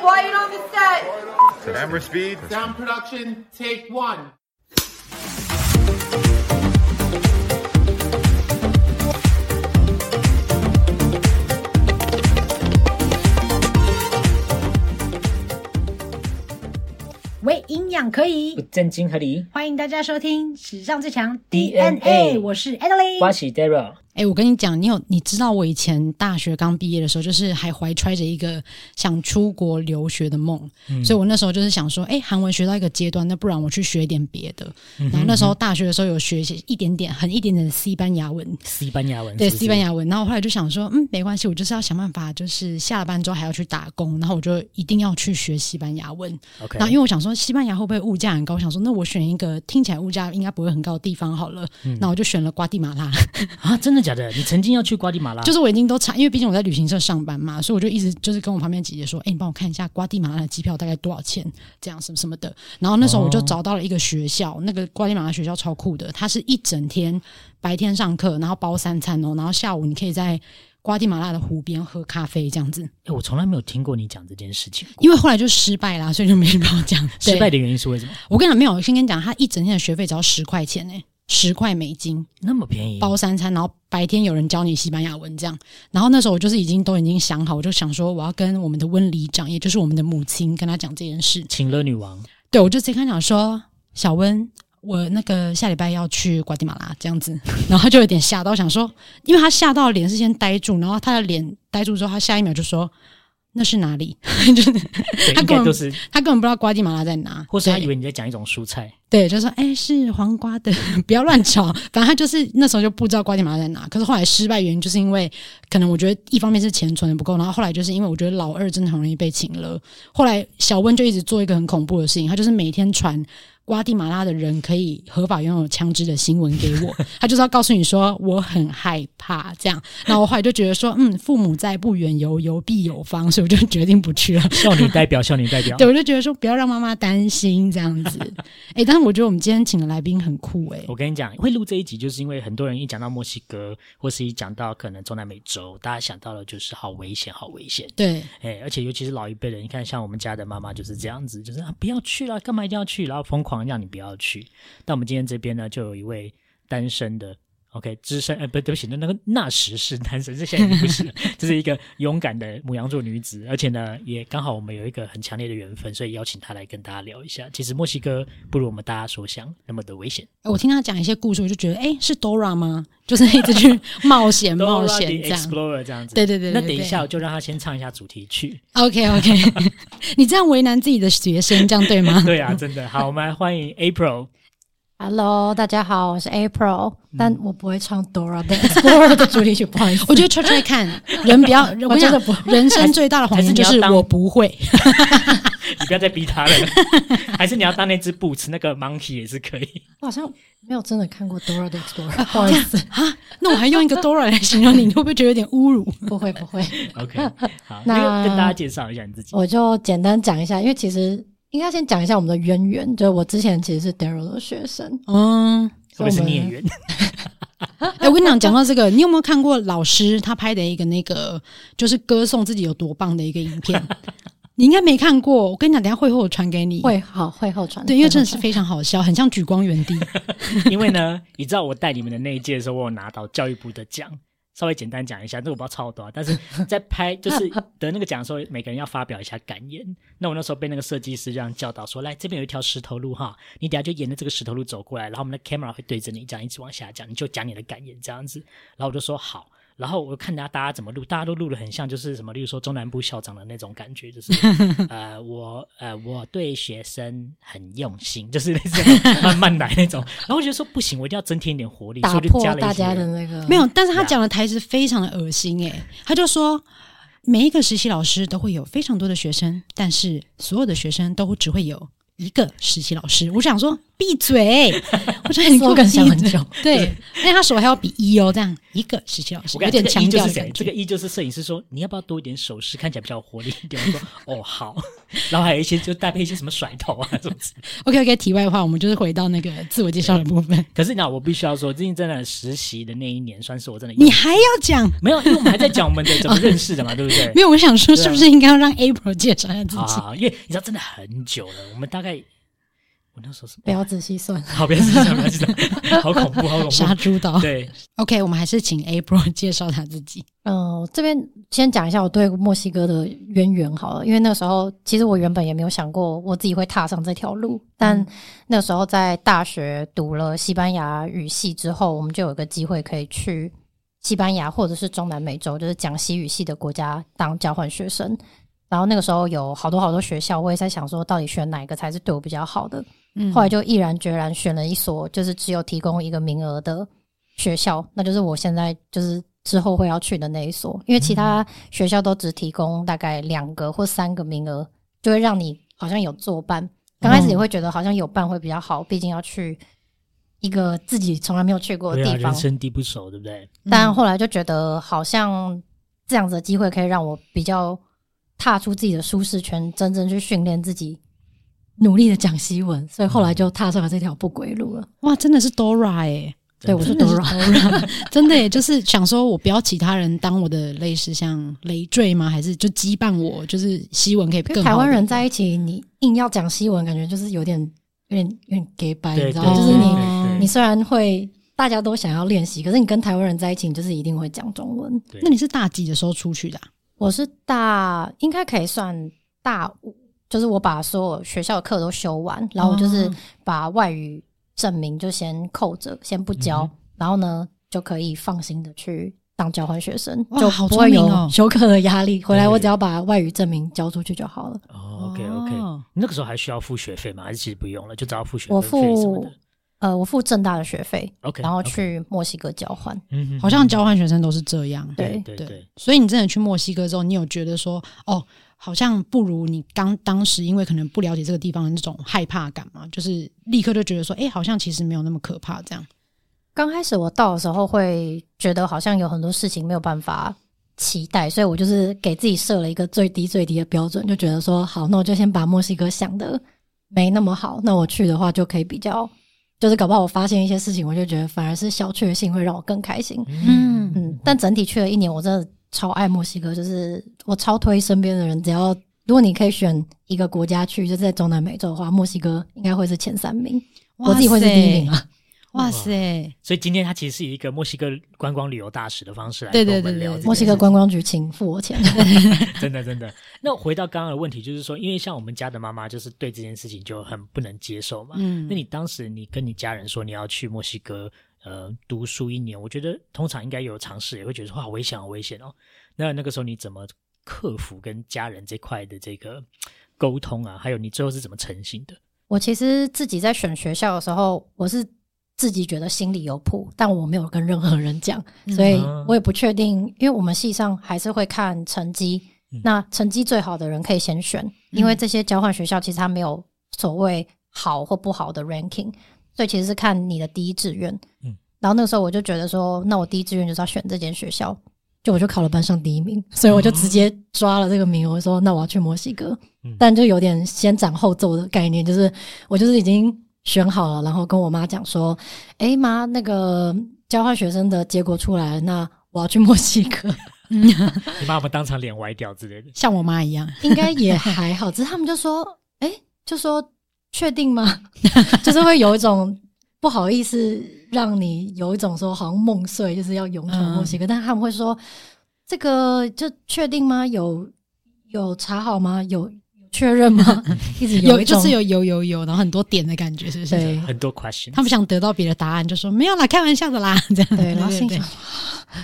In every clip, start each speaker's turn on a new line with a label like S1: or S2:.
S1: Quiet on the set.
S2: Camera speed.
S3: Sound production, take one.
S4: 为营养可以。
S5: 正经合理，
S4: 欢迎大家收听史上最强
S5: DNA
S4: DNA，我是 Adeline
S5: 我。是 Dara，
S6: 哎、我跟你讲，你有你知道我以前大学刚毕业的时候，就是还怀揣着一个想出国留学的梦，所以我那时候就是想说，哎、韩文学到一个阶段，那不然我去学一点别的。然后那时候大学的时候有学一些一点点、很一点点的西班牙文，
S5: 西班牙文，
S6: 对
S5: 是不是
S6: 西班，牙文。然后后来就想说，嗯，没关系，我就是要想办法，就是下了班之后还要去打工，然后我就一定要去学西班牙文。
S5: OK，
S6: 然后因为我想说西班牙会不会物价很高，我想说那我选一个听起来物价应该不会很高的地方好了。
S5: 嗯
S6: 那我就选了瓜地马拉。
S5: 啊，真的假的？你曾经要去瓜地马拉，
S6: 就是我已经都查，因为毕竟我在旅行社上班嘛，所以我就一直就是跟我旁边姐姐说，哎、你帮我看一下瓜地马拉的机票大概多少钱，这样什么什么的。然后那时候我
S5: 哦
S6: 就找到了一个学校，那个瓜地马拉学校超酷的，它是一整天白天上课，然后包三餐哦，然后下午你可以在瓜地马拉的湖边喝咖啡这样子。
S5: 诶我从来没有听过你讲这件事情过。
S6: 因为后来就失败啦，所以就没人帮我讲。
S5: 失败
S6: 对，
S5: 的原因是为什么？
S6: 我跟你讲，没有，我先跟你讲，他一整天的学费只要十块钱呢、十块美金。
S5: 那么便宜，
S6: 包三餐，然后白天有人教你西班牙文这样。然后那时候我就是已经都已经想好，我就想说我要跟我们的温里长，也就是我们的母亲，跟他讲这件事。
S5: 请了女王，
S6: 对，我就直接跟他讲说，小温。我那个下礼拜要去瓜地马拉这样子， 然后他就有点吓到，想说，因为他吓到脸是先呆住，然后他的脸呆住之后，他下一秒就说那是哪里，就是
S5: 对，
S6: 他根
S5: 应该
S6: 本
S5: 都是，
S6: 他根本不知道瓜地马拉在哪，
S5: 或是他
S6: 对
S5: 以为你在讲一种蔬菜，
S6: 对，就说哎、是黄瓜的， 不要乱吵。反正他就是那时候就不知道瓜地马拉在哪。可是后来失败原因就是因为，可能我觉得一方面是钱存的不够，然后后来就是因为我觉得老二真的很容易被请了。后来小温就一直做一个很恐怖的事情，他就是每天传瓜地马拉的人可以合法拥有枪支的新闻给我， 他就是要告诉你说我很害怕这样。那我后来就觉得说，嗯，父母在不远游，游必有方，所以我就决定不去了。
S5: 少女代表，少女代表
S6: 对，。我就觉得说不要让妈妈担心这样子。哎、但是我觉得我们今天请的来宾很酷哎、
S5: 我跟你讲，会录这一集，就是因为很多人一讲到墨西哥，或是一讲到可能中南美洲，大家想到的就是好危险，好危险。
S6: 对
S5: 哎，而且尤其是老一辈人，你看像我们家的妈妈就是这样子，就是啊不要去了，干嘛一定要去，然后疯狂让你不要去。但我们今天这边呢，就有一位单身的，OK，资深，呃，不，对不起，那那个那时是单身，这现在已经不是了，这是一个勇敢的母羊座女子，而且呢，也刚好我们有一个很强烈的缘分，所以邀请她来跟大家聊一下。其实墨西哥不如我们大家所想那么的危险。
S6: 哎我听他讲一些故事，我就觉得哎、是 Dora 吗？就是一直去冒险冒
S5: Dora the
S6: 险这样。
S5: Explorer 这样子，
S6: 对对对对
S5: 那
S6: 对
S5: 等一下，我就让她先唱一下主题曲。
S6: OK OK，你 这样为难自己的学生，这样对吗？
S5: 对啊，真的好，我们来欢迎 April。
S1: Hello，大家好，我是 April，、但我不会唱 Dora the Explorer 的主题曲，不好意思。
S6: 我觉得 try try 看，人不 要，我跟你
S1: 真的
S6: 讲
S1: 不，
S6: 人生最大的谎言就
S5: 还是
S6: 是
S5: 你要当
S6: 我不会。
S5: 你不要再逼他了， 还是你要当那只 Boots 那个 Monkey 也是可以。
S1: 我好像没有真的看过 Dora the Explorer，不好意 思，
S6: 啊那我还用一个 Dora 来形容你，你会不会觉得有点侮辱？
S1: 不会不会。
S5: OK，好，
S1: 那
S5: 那个跟大家介绍一下你自己。
S1: 我就简单讲一下，因为其实应该先讲一下我们的渊源，就是我之前其实是 Daryl 的学生，
S6: 嗯，
S5: 会不会是孽缘？
S6: 哎、我跟你讲，讲到这个，你有没有看过老师他拍的一个那个，就是歌颂自己有多棒的一个影 片？你应该没看过。我跟你讲，等一下会后我传给你。
S1: 会好会后传，
S6: 对，因为真的
S1: 会
S6: 是
S1: 后传
S6: 非常好笑，很像举光原 地。
S5: 嗯因为呢，你知道我带你们的那一届的时候，我有拿到教育部的奖。稍微简单讲一下，这个我不知道超多少，啊 但是在拍就是得那个奖的时候，每个人要发表一下感言。那我那时候被那个设计师这样教导说：“来，这边有一条石头路哈，你等下就沿着这个石头路走过来，然后我们的 camera 会对着你，这样一直往下讲，你就讲你的感言这样子。”然后我就说好。然后我看大家大家怎么录，大家都录的很像，就是什么，例如说中南部校长的那种感觉，就是 呃，我呃，我对学生很用心，就是类似那种慢慢来那种。然后我就说不行，我一定要增添一点活力，所以
S1: 打
S5: 我就
S1: 破
S5: 加了一
S1: 大
S5: 些
S1: 家的那个
S6: 没有，但是他讲的台词非常的恶心、欸。他就说，每一个实习老师都会有非常多的学生，但是所有的学生都只会有一个实习老师。我想说闭 嘴，我觉得你给我
S1: 我感想很
S6: 闭嘴
S1: 久，
S6: 对，而且他手还要比一哦，这样一个实习老师
S5: 我
S6: 有
S5: 感觉
S6: 点
S5: 这个
S6: 强
S5: 一就
S6: 调
S5: 是
S6: 的
S5: 谁
S6: 感？
S5: 这
S6: 觉
S5: 个。一就是摄影师说你要不要多一点手势，看起来比较有活力一点。我 说哦好，然后还有一些就搭配一些什么甩头啊什么之类的。
S6: OK OK，题外话，我们就是回到那个自我介绍的部分。
S5: 可是那我必须要说，最近真的实习的那一年，算是我真的
S6: 你还要讲？
S5: 没有，因为我们还在讲我们的怎么认识的 嘛，对不对
S6: 没？有，我想说，
S5: 对啊
S6: 是不是应该要让 April 介绍一下自己？
S5: 啊，因为你知道真的很久了，我们大概我那时候是
S1: 不要仔细算。
S5: 好，不要紧张，不要紧张，好恐怖，好 恐
S6: 杀
S5: 怖。
S6: 猪刀。
S5: 对，
S6: OK，我们还是请 April 介绍他自己。
S1: 嗯，我这边先讲一下我对墨西哥的渊源好了，因为那个时候其实我原本也没有想过我自己会踏上这条路，但那时候在大学读了西班牙语系之后，我们就有个机会可以去西班牙或者是中南美洲，就是讲西语系的国家当交换学生。然后那个时候有好多好多学校，我也在想说，到底选哪一个才是对我比较好的。
S6: 嗯
S1: 后来就毅然决然选了一所就是只有提供一个名额的学校，那就是我现在就是之后会要去的那一所，因为其他学校都只提供大概两个或三个名额，就会让你好像有作伴。刚开始也会觉得好像有伴会比较好，毕竟要去一个自己从来没有去过的
S5: 对啊，
S1: 地
S5: 人
S1: 方。
S5: 生地不熟，对不对？
S6: 嗯
S1: 但后来就觉得好像这样子的机会可以让我比较踏出自己的舒适圈，真正去训练自己，努力的讲西文，所以
S6: 嗯
S1: 后来就踏上了这条不归路了。
S6: 哇，真的是 Dora 哎、
S1: 对，我是
S6: 真的
S1: Dora，
S6: Dora，真 的耶，就是想说我不要其他人当我的类似像累赘吗？还是就羁绊我，就是西文可以
S1: 因为
S6: 更好
S1: 台湾
S6: 地
S1: 人在一起，你硬要讲西文，感觉就是有点、有点、有点 gay 白，
S5: 对
S1: 你知
S5: 对
S1: 道吗？就
S5: 对
S1: 是你，
S5: 对
S1: 你
S5: 对
S1: 虽然会，大家都想要练习，可是你跟台湾人在一起，你就是一定会讲中文。
S5: 对
S6: 那你是大几的时候出去的啊、
S1: 我是大，应该可以算大五，就是我把所有学校的课都修完，然后我就是
S5: 哦
S1: 把外语证明就先扣着，先不交，
S5: 嗯
S1: 然后呢就可以放心的去当交换学生，
S6: 哇
S1: 就
S6: 好
S1: 不会
S6: 聪明哦
S1: 有修课的压力。回来我
S5: 对
S1: 只要把外语证明交出去就好了。
S5: 哦，OK OK，
S6: 哦
S5: 那个时候还需要付学费吗？还是其实不用了，就只要付学
S1: 我
S5: 分费什么
S1: 付
S5: 的
S1: 呃，我付正大的学费，
S5: ？OK，
S1: 然后，去墨西哥交换。
S5: 嗯哼
S6: 好像交换学生都是这样。
S5: 对
S1: 对
S5: 对
S6: 对
S5: 对，
S6: 所以你真的去墨西哥之后，你有觉得说，哦，好像不如你刚当时因为可能不了解这个地方的那种害怕感嘛，就是立刻就觉得说，哎、好像其实没有那么可怕这样。
S1: 刚开始我到的时候会觉得好像有很多事情没有办法期待，所以我就是给自己设了一个最低最低的标准，就觉得说好，那我就先把墨西哥想的没那么好，那我去的话就可以比较，就是搞不好我发现一些事情，我就觉得反而是小确幸会让我更开心。
S6: 嗯，
S1: 嗯，但整体去了一年，我真的超爱墨西哥，就是我超推身边的人，只要如果你可以选一个国家去，就是在中南美洲的话，墨西哥应该会是前三名，我自己会是第一名啊。
S6: 哇塞，
S5: 所以今天他其实是以一个墨西哥观光旅游大使的方式来
S6: 对
S5: 跟我
S6: 对
S5: 们
S6: 对
S5: 聊
S6: 对
S5: 这
S1: 墨
S5: 个
S1: 西哥观光局请付我钱。
S5: 真的真的。那回到刚刚的问题，就是说，因为像我们家的妈妈，就是对这件事情就很不能接受嘛。
S6: 嗯。
S5: 那你当时你跟你家人说你要去墨西哥呃读书一年，我觉得通常应该有尝试，也会觉得说哇危险好危险哦。那那个时候你怎么克服跟家人这块的这个沟通啊？还有你最后是怎么成型的？
S1: 我其实自己在选学校的时候，我是自己觉得心里有谱，但我没有跟任何人讲，所以我也不确定，因为我们系上还是会看成绩。那成绩最好的人可以先选，因为这些交换学校其实它没有所谓好或不好的 ranking，所以其实是看你的第一志愿。
S5: 嗯
S1: 然后那个时候我就觉得说，那我第一志愿就是要选这间学校，就我就考了班上第一名， 所以我就直接抓了这个名额，我说那我要去墨西哥。但就有点先斩后奏的概念，就是我就是已经选好了，然后跟我妈讲说：“诶，妈，那个交换学生的结果出来了，那我要去墨西哥。
S5: 你妈妈当场脸歪掉之类的
S6: 像我妈一样，”
S1: 应该也还好，只是他们就说：“诶，就说确定吗？” 就是会有一种不好意思，让你有一种说好像梦碎，就是要勇闯
S6: 嗯
S1: 墨西哥，但他们会说：“这个就确定吗？有有查好吗？有有确 认吗？”一直有
S6: 有
S1: 一
S6: 就
S1: 种
S6: 是有有有有，然后很多点的感觉，是不是？
S1: 对。
S5: 很多 question，
S6: 他们想得到别的答案，就说没有啦，开玩笑的啦，这样。
S1: 对，然后心
S6: 对
S1: 想，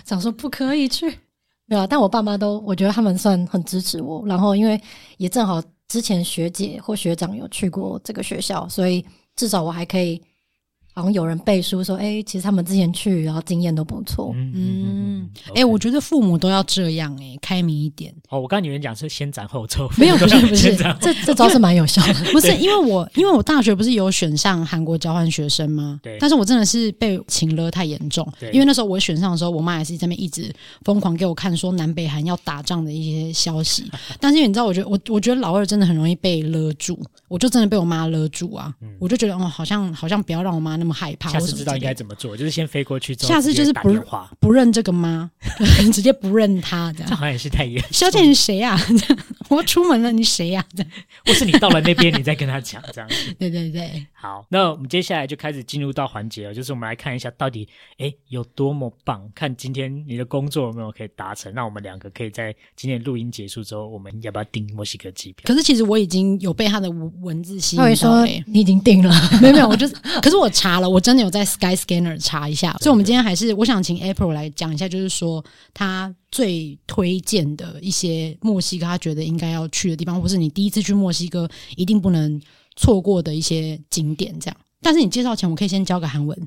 S1: 想说不可以去，对啊，但我爸妈都，我觉得他们算很支持我。然后因为也正好之前学姐或学长有去过这个学校，所以至少我还可以好像有人背书说，哎、其实他们之前去，然后经验都不错。
S5: 嗯
S6: 嗯，哎、我觉得父母都要这样、哎，开明一点。
S5: 哦，我刚刚有人讲是先斩后奏，
S6: 没有， 不是不是
S5: 先，斩后
S1: 这这招是蛮有效的。
S6: 不是，因为我因为我大学不是有选上韩国交换学生吗？
S5: 对
S6: 但是我真的是被请了太严重
S5: 对，
S6: 因为那时候我选上的时候，我妈也是在那边一直疯狂给我看说南北韩要打仗的一些消 息。但是因为你知道，我觉得我我觉得老二真的很容易被勒住，我就真的被我妈勒住啊。我就觉得哦，好像好像不要让啊我妈那么害怕。
S5: 嗯下
S6: 或
S5: 次
S6: 什么
S5: 知道
S6: 之
S5: 应
S6: 类的
S5: 该怎么做，就是先飞过去之后，
S6: 下次就是
S5: 打
S6: 不
S5: 电 话，
S6: 不认这个妈，直接不认她这
S5: 这
S6: 样。
S5: 好像也是太严。
S6: 小姐，你谁呀、 我出门了，你谁呀、这样
S5: 或是你到了那边，你再跟他讲这样子。
S6: 对对对，
S5: 好，那我们接下来就开始进入到环节了，就是我们来看一下到底诶有多么棒，看今天你的工作有没有可以达成。那我们两个可以在今天录音结束之后，我们要不要订墨西哥机票？
S6: 可是其实我已经有被他的文文字吸
S1: 他会
S6: 引到、
S1: 说
S6: 欸。
S1: 你已经定了，
S6: 没有没有，我就是，可是我查了，我真的有在 Sky Scanner 查一下，所以我们今天还是我想请 April 来讲一下，就是说他最推荐的一些墨西哥他觉得应该要去的地方，或是你第一次去墨西哥一定不能错过的一些景点，这样。但是你介绍前，我可以先教个韩文，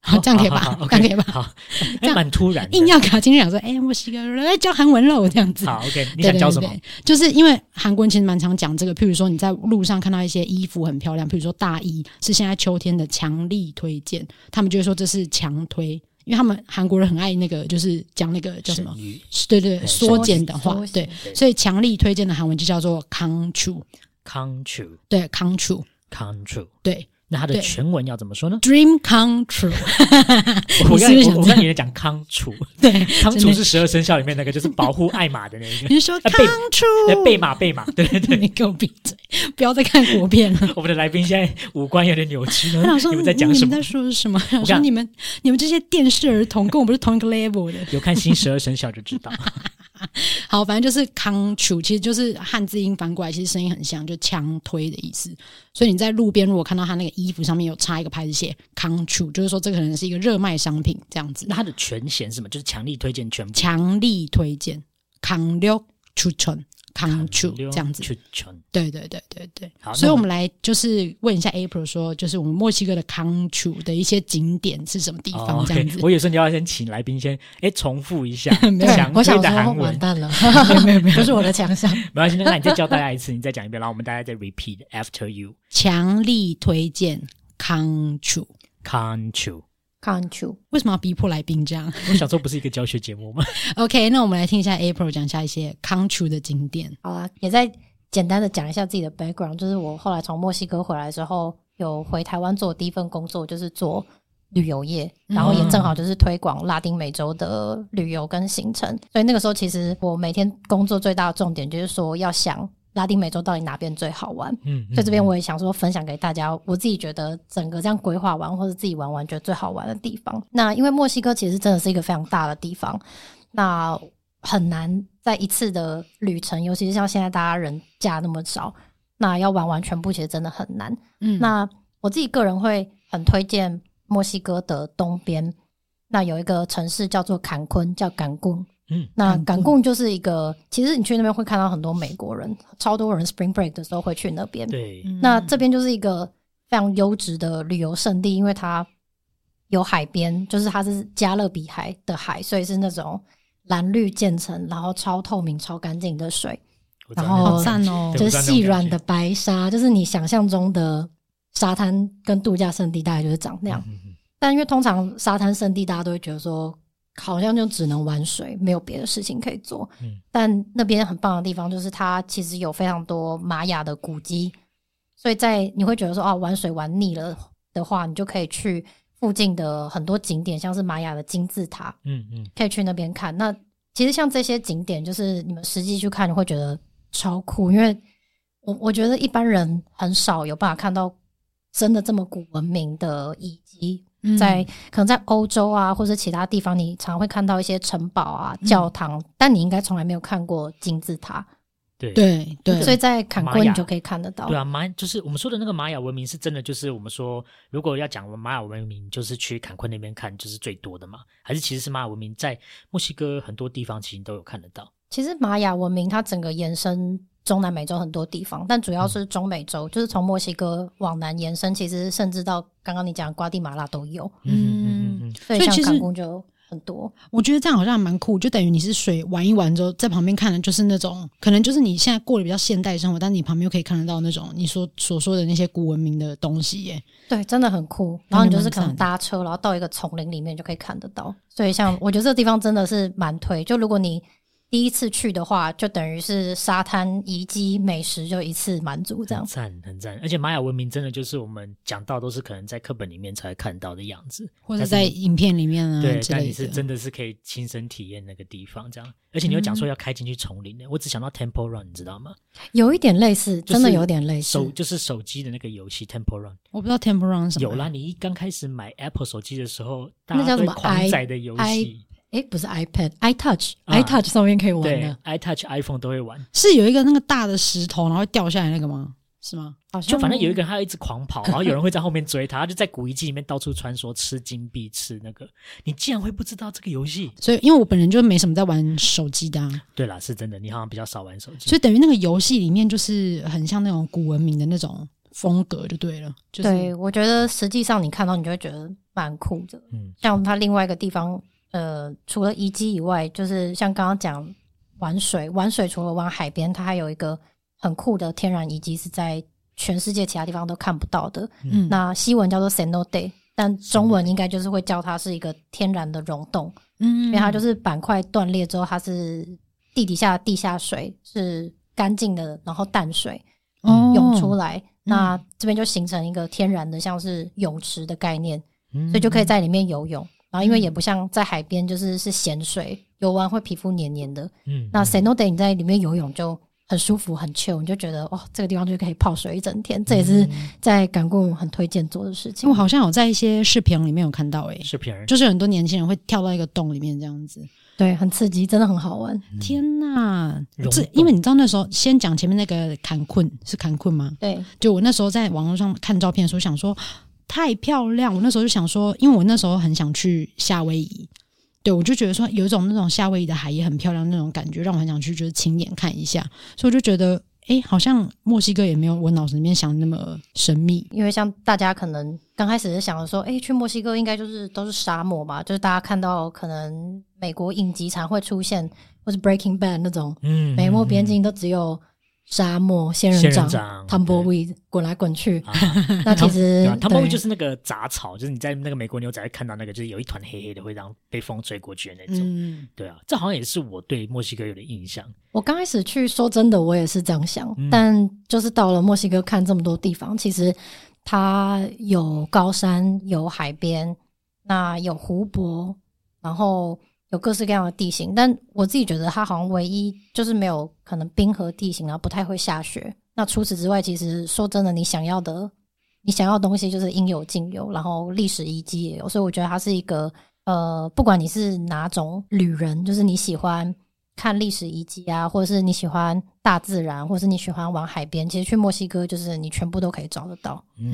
S6: 好，这样可以
S5: 好
S6: 吧
S5: 好好？
S6: 这样可以 吧？
S5: 好，
S6: 这
S5: 哎，
S6: 样
S5: 蛮突然的。
S6: 硬要给他今天讲说，哎、墨西哥人来教韩文喽，这样子。
S5: 好，OK，你
S6: 对
S5: 想
S6: 对
S5: 教什么？
S6: 对对就是因为韩国人其实蛮常讲这个，譬如说你在路上看到一些衣服很漂亮，譬如说大衣是现在秋天的强力推荐，他们就会说这是强推，因为他们韩国人很爱那个，就是讲那个叫什么
S5: 省？鱼
S6: 对对
S5: 对
S6: 对，缩减的话
S1: 缩，
S6: 对
S1: 减，
S5: 对
S6: 所以强力推荐的韩文就叫做康楚，
S5: ？Control
S6: 对康楚，
S5: Control，
S6: 对
S5: 那它的
S6: 对
S5: 全文要怎么说呢？
S6: ，Dream Country，
S5: 我
S6: 你是不是
S5: 刚
S6: 想
S5: 我我
S6: 这
S5: 刚
S6: 样
S5: 你在讲康楚，
S6: 对，
S5: 康
S6: 真
S5: 楚
S6: 的
S5: 是十二生肖里面那个，就是保护爱玛的那一 个。
S6: 你是说
S5: 啊
S6: 康
S5: 贝
S6: 楚，
S5: 哎，贝马贝马，对对对，
S6: 你给我闭嘴，不要再看国片了。
S5: 我们的来宾现在五官有点扭曲
S6: 他
S5: 呢
S6: 想，说嗯
S5: 你们在讲什
S6: 你
S5: 么
S6: 们在？说什么？想说
S5: 看
S6: 你们你们这些电视儿童跟我不是同一个 level 的。
S5: 有看《新十二生肖》就 知道，
S6: 好，反正就是康楚，其实就是汉字音翻过来，其实声音很像，就强推的意思。所以你在路边如果看到他那个衣服上面有插一个牌子写康楚，就是说这个可能是一个热卖商品这样子
S5: 那。它的全衔是什么？就是强力推荐全部。
S6: 强力推荐康六出城康楚这样子。
S5: 去全
S6: 对对对对对
S5: 好，
S6: 所以
S5: 那
S6: 我
S5: 我
S6: 们
S5: 们
S6: 来就是问一下 April 说，就是我们墨西哥的康楚的一些景点是什么地
S5: 哦
S6: 方这样
S5: ，OK
S6: 子。。
S5: 我有时候你要先请来宾先哎重复一下
S6: 没有
S5: 强
S1: 我
S5: 推
S1: 想
S5: 的
S1: 说
S5: 韩
S1: 完
S5: 文，
S1: 蛋 了，不是我的强项。
S5: 没关系，那那你再教大家一次，你再讲一遍，然后我们大家再 repeat after you
S6: 强力推荐康楚。
S5: control。
S1: 看出
S6: 为什么要逼迫来宾这样
S5: 我想说，不是一个教学节目吗？
S6: ？OK，那我们来听一下 April 讲一下一些康楚的景点。
S1: 好啊，也再简单的讲一下自己的 background，就是我后来从墨西哥回来之后，有回台湾做的第一份工作，就是做旅游业，然后也正好就是推广拉丁美洲的旅游跟行程，所以那个时候其实我每天工作最大的重点就是说要想拉丁美洲到底哪边最好玩。
S5: 嗯，
S1: 所以这边我也想说分享给大家，我自己觉得整个这样规划完或者自己玩完觉得最好玩的地方。那因为墨西哥其实真的是一个非常大的地方，那很难在一次的旅程，尤其是像现在大家人假那么少，那要玩完全部其实真的很难。
S6: 嗯，
S1: 那我自己个人会很推荐墨西哥的东边，那有一个城市叫做坎昆，叫坎贡。
S5: 嗯，
S1: 那
S6: 坎
S1: 坎
S6: 昆
S1: 贡就是一个，其实你去那边会看到很多美国人，超多人 Spring Break 的时候会去那边。
S5: 对，
S6: 嗯
S1: 那这边就是一个非常优质的旅游胜地，因为它有海边，就是它是加勒比海的海，所以是那种蓝绿渐层，然后超透明、超干净的水，
S5: 我知道
S1: 然后
S5: 那种
S6: 好赞哦
S5: 对
S1: 就
S5: 我知道
S1: 是
S5: 那种
S1: 细软
S5: 感觉
S1: 的白沙，就是你想象中的沙滩跟度假胜地大概就是长那样。
S5: 嗯嗯
S1: 但因为通常沙滩圣地，大家都会觉得说，好像就只能玩水，没有别的事情可以做。
S5: 嗯
S1: 但那边很棒的地方就是，它其实有非常多玛雅的古迹，所以在你会觉得说，啊，玩水玩腻了的话，你就可以去附近的很多景点，像是玛雅的金字塔，
S5: 嗯嗯，
S1: 可以去那边看。那其实像这些景点，就是你们实际去看，你会觉得超酷，因为我我觉得一般人很少有办法看到真的这么古文明的遗迹，
S6: 边
S5: 嗯
S1: 在可能在欧洲啊，或者其他地方，你常会看到一些城堡啊、
S5: 嗯
S1: 教堂，但你应该从来没有看过金字塔，
S5: 对
S6: 对对，
S1: 所以在坎
S5: 玛
S1: 昆
S5: 雅
S1: 你就可以看得到
S5: 对。啊，玛就是我们说的那个玛雅文明是真的，就是我们说如果要讲玛雅文明，就是去坎昆那边看就是最多的嘛，还是其实是玛雅文明在墨西哥很多地方其实都有看得到。
S1: 其实玛雅文明它整个延伸中南美洲很多地方，但主要是中美洲，就是从墨西哥往南延伸，其实甚至到刚刚你讲的瓜地马拉都有，
S5: 嗯嗯嗯嗯，
S1: 所以
S6: 所以
S1: 像
S6: 其实
S1: 港工就很多。
S6: 我觉得这样好像蛮酷，就等于你是水玩一玩之后，在旁边看的就是那种，可能就是你现在过得比较现代生活，但你旁边又可以看得到那种你所所说的那些古文明的东西耶。
S1: 对，真的很酷。
S6: 感觉
S1: 然后你就是可
S6: 蛮赞
S1: 能
S6: 的
S1: 搭车，然后到一个丛林里面就可以看得到。所以像我觉得这个地方真的是蛮推。就如果你第一次去的话，就等于是沙滩、遗迹、美食就一次满足这样
S5: 很。赞很赞，而且玛雅文明真的就是我们讲到都是可能在课本里面才会看到的样子，
S6: 或者
S5: 但是
S6: 在
S5: 你
S6: 影片里面啊
S5: 对，
S6: 之
S5: 但
S6: 类
S5: 你是
S6: 的，
S5: 真的是可以亲身体验那个地方这样，而且你又
S6: 嗯
S5: 讲说要开进去丛林呢，我只想到 Temple Run，你知道吗？
S1: 有一点类似，
S5: 就是
S1: 真的有点类似。
S5: 手就是手机的那个游戏 Temple Run，
S6: 我不知道 Temple Run 是什么。
S5: 有啦，你一刚开始买 Apple 手机的时候，大
S1: 那
S5: 家
S1: 叫
S5: 对
S1: 什么
S5: 狂仔的游
S1: i
S5: 戏，
S1: 哎、不是 iPad，i Touch，i、
S5: 啊
S1: Touch 上面可以玩
S5: 对
S1: 的，
S5: ，iTouch、iPhone 都会玩，
S6: 是有一个那个大的石头，然后会掉下来那个吗？是吗？
S1: 好像
S5: 就反正有一个人他一直狂跑，然后有人会在后面追他，他就在古遗迹里面到处穿梭，吃金币，吃那个，你竟然会不知道这个游戏？
S6: 所以因为我本人就没什么在玩手机的、啊，
S5: 对啦，是真的，你好像比较少玩手机，
S6: 所以等于那个游戏里面就是很像那种古文明的那种风格就对了，就是
S1: 对，我觉得实际上你看到你就会觉得蛮酷的。
S5: 嗯
S1: 像它另外一个地方，呃，除了遗迹以外，就是像刚刚讲玩水，玩水除了玩海边，它还有一个很酷的天然遗迹是在全世界其他地方都看不到的。
S6: 嗯，
S1: 那西文叫做 Seno Day，但中文应该就是会叫它是一个天然的溶洞，
S6: 嗯
S1: 因为它就是板块断裂之后，它是地底下地下水是干净的，然后淡水。嗯涌出
S5: 嗯
S6: 来，
S1: 来。那这边就形成一个天然的像是泳池的概念，
S5: 嗯
S1: 所以就可以在里面游泳。然后因为也不像在海边就是是咸水，游完会皮肤黏黏的。
S5: 嗯
S1: 那 s e n o d a y 你在里面游泳就很舒服很 chill，你就觉得哦，这个地方就可以泡水一整天。这也是
S5: 嗯
S1: 在感贡很推荐做的事
S6: 因
S1: 情
S6: 为我。好像有在一些视频里面有看到、欸，
S5: 视频儿
S6: 就是有很多年轻人会跳到一个洞里面这样子。
S1: 对，很刺激，真的很好玩。
S6: 天呐，
S5: 嗯溶
S6: 这
S5: 洞
S6: 因为你知道那时候先讲前面那个坎昆是坎昆吗？
S1: 对，
S6: 就我那时候在网络上看照片的时候，想说太漂亮。我那时候就想说，因为我那时候很想去夏威夷，对我就觉得说有一种那种夏威夷的海也很漂亮那种感觉，让我很想去，就是亲眼看一下。所以我就觉得，哎、好像墨西哥也没有我脑子里面想的那么神秘。
S1: 因为像大家可能刚开始是想着说，哎、去墨西哥应该就是都是沙漠嘛，就是大家看到可能美国影集常会出现，或是 Breaking Bad 那种
S5: 嗯
S1: 美墨边境都只有沙漠、仙人
S5: 仙
S1: 掌
S5: 人掌、
S1: Tumbleweed 滚来滚去。
S5: 啊，
S1: 那其实
S5: 对啊，他们
S1: 对
S5: 就是那个杂草，就是你在那个美国牛仔会看到那个，就是有一团黑黑的，会让被风吹过去的那种。
S6: 嗯，
S5: 对啊，这好像也是我对墨西哥有的印象。
S1: 我刚开始去，说真的，我也是这样想，
S5: 嗯
S1: 但就是到了墨西哥看这么多地方，其实它有高山，有海边，那有湖泊，然后有各式各样的地形。但我自己觉得它好像唯一就是没有可能冰河地形，然后不太会下雪。那除此之外，其实说真的，你想要的你想要的东西就是应有尽有，然后历史遗迹也有，所以我觉得它是一个呃，不管你是哪种旅人，就是你喜欢看历史遗迹啊，或者是你喜欢大自然，或者是你喜欢往海边，其实去墨西哥就是你全部都可以找得到。
S5: 嗯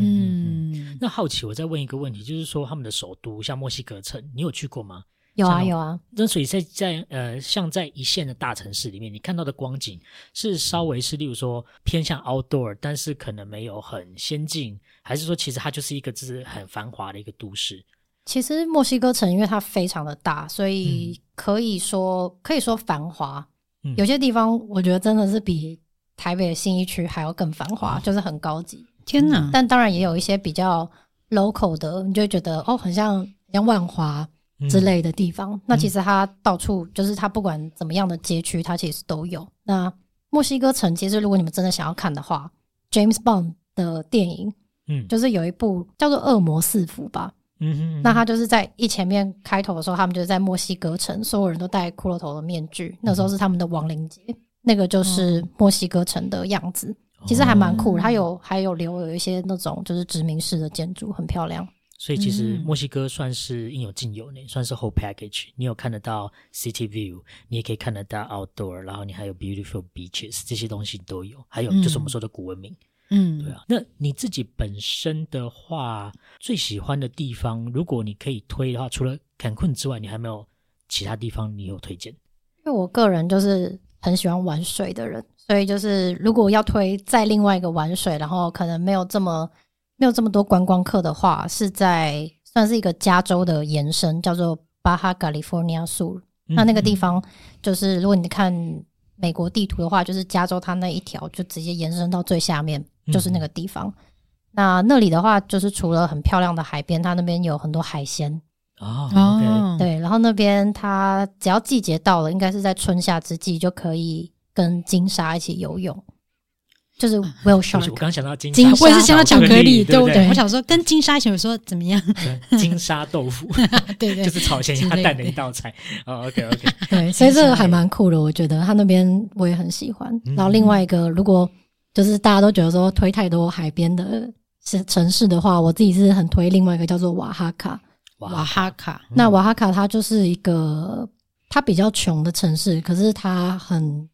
S6: 嗯，
S5: 那好奇，我再问一个问题，就是说他们的首都像墨西哥城，你有去过吗？
S1: 有啊
S5: 像
S1: 有啊，
S5: 那所以在在呃，像在一线的大城市里面，你看到的光景是稍微是，例如说偏向 outdoor，但是可能没有很先进，还是说其实它就是一个就是很繁华的一个都市？
S1: 其实墨西哥城因为它非常的大，所以可以说、可以说繁华。
S5: 嗯
S1: 有些地方我觉得真的是比台北的信义区还要更繁华，就是很高级。
S6: 天哪！
S1: 但当然也有一些比较 local 的，你就会觉得哦，很像很像万华
S5: 嗯
S1: 之类的地方。那其实它到处就是它不管怎么样的街区，它其实都有。那墨西哥城其实如果你们真的想要看的话，James Bond 的电影
S5: 嗯
S1: 就是有一部叫做《恶魔四伏》吧。
S5: 嗯哼
S1: 那他就是在一前面开头的时候，他们就是在墨西哥城，所有人都戴骷髅头的面具，那时候是他们的亡灵节，那个就是墨西哥城的样子。其实还蛮酷的，它有还有留有一些那种就是殖民式的建筑，很漂亮。
S5: 所以其实
S6: 嗯
S5: 墨西哥算是应有尽有呢，算是 whole package。你有看得到 city view，你也可以看得到 outdoor，然后你还有 beautiful beaches，这些东西都有。还有就是我们说的古文明，
S6: 嗯，
S5: 对啊。那你自己本身的话，最喜欢的地方，如果你可以推的话，除了坎昆之外，你还没有其他地方你有推荐？
S1: 因为我个人就是很喜欢玩水的人，所以就是如果要推再另外一个玩水，然后可能没有这么没有这么多观光客的话，是在算是一个加州的延伸，叫做巴哈 California Sur。那
S5: 嗯
S1: 那个地方就是如果你看美国地图的话，就是加州它那一条就直接延伸到最下面，就是那个地方。那那里的话，就是除了很漂亮的海边，它那边有很多海鲜，
S5: 哦
S6: 哦，
S1: 对，然后那边它只要季节到了，应该是在春夏之际就可以跟金鲨一起游泳，就是 whale
S5: ，OK，我
S1: shark。
S5: 刚想到金
S1: 金
S5: 沙
S1: 沙
S6: 我也是想到巧克力，
S5: 对
S6: 对不
S5: 不对
S6: 对？我想说跟金沙一起，我说怎么样？
S5: 对金沙豆腐，
S6: 对对
S5: 就，是炒咸
S6: 之
S5: 鸭
S6: 类
S5: 蛋
S6: 的
S5: 的一道菜。哦，OK OK，
S1: 对，所以这个还蛮酷的，我觉得它那边我也很喜欢。然后另外一个，如果就是大家都觉得说推太多海边的是城市的话，我自己是很推另外一个叫做瓦哈卡。
S6: 瓦哈卡，
S1: 那瓦哈卡它就是一个它比较穷的城市，可是它很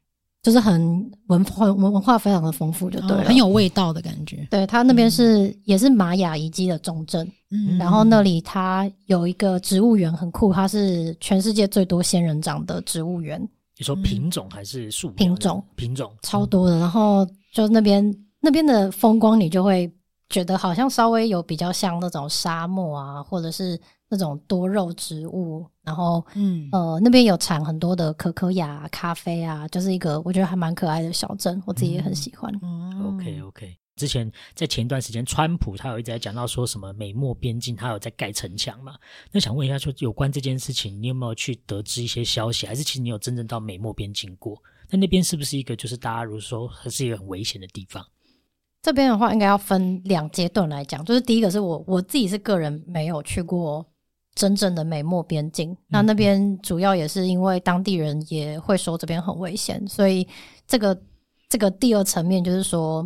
S1: 就是很文化文化非常的丰富，就对
S6: 哦
S1: 了，
S6: 很有味道的感觉。
S1: 对，它那边是、也是玛雅遗迹的重镇，
S6: 嗯，
S1: 然后那里它有一个植物园很酷，它是全世界最多仙人掌的植物园，
S5: 你说品种还是数量
S1: 品种？
S5: 品种
S1: 超
S6: 嗯
S1: 多的。然后就那边那边的风光，你就会觉得好像稍微有比较像那种沙漠啊，或者是那种多肉植物，然后
S6: 嗯，
S1: 呃那边有产很多的可可亚啊、咖啡啊，就是一个我觉得还蛮可爱的小镇，我自己也
S6: 嗯
S1: 很喜欢。
S6: 哦
S5: OK OK，之前在前一段时间，川普他有一直在讲到说什么美墨边境，他有在盖城墙嘛？那想问一下，说有关这件事情，你有没有去得知一些消息？还是其实你有真正到美墨边境过？那那边是不是一个就是大家如说还是一个很危险的地方？
S1: 这边的话，应该要分两阶段来讲，就是第一个是我我自己是个人没有去过真正的美墨边境，那那边主要也是因为当地人也会说这边很危险，所以这个这个第二层面就是说，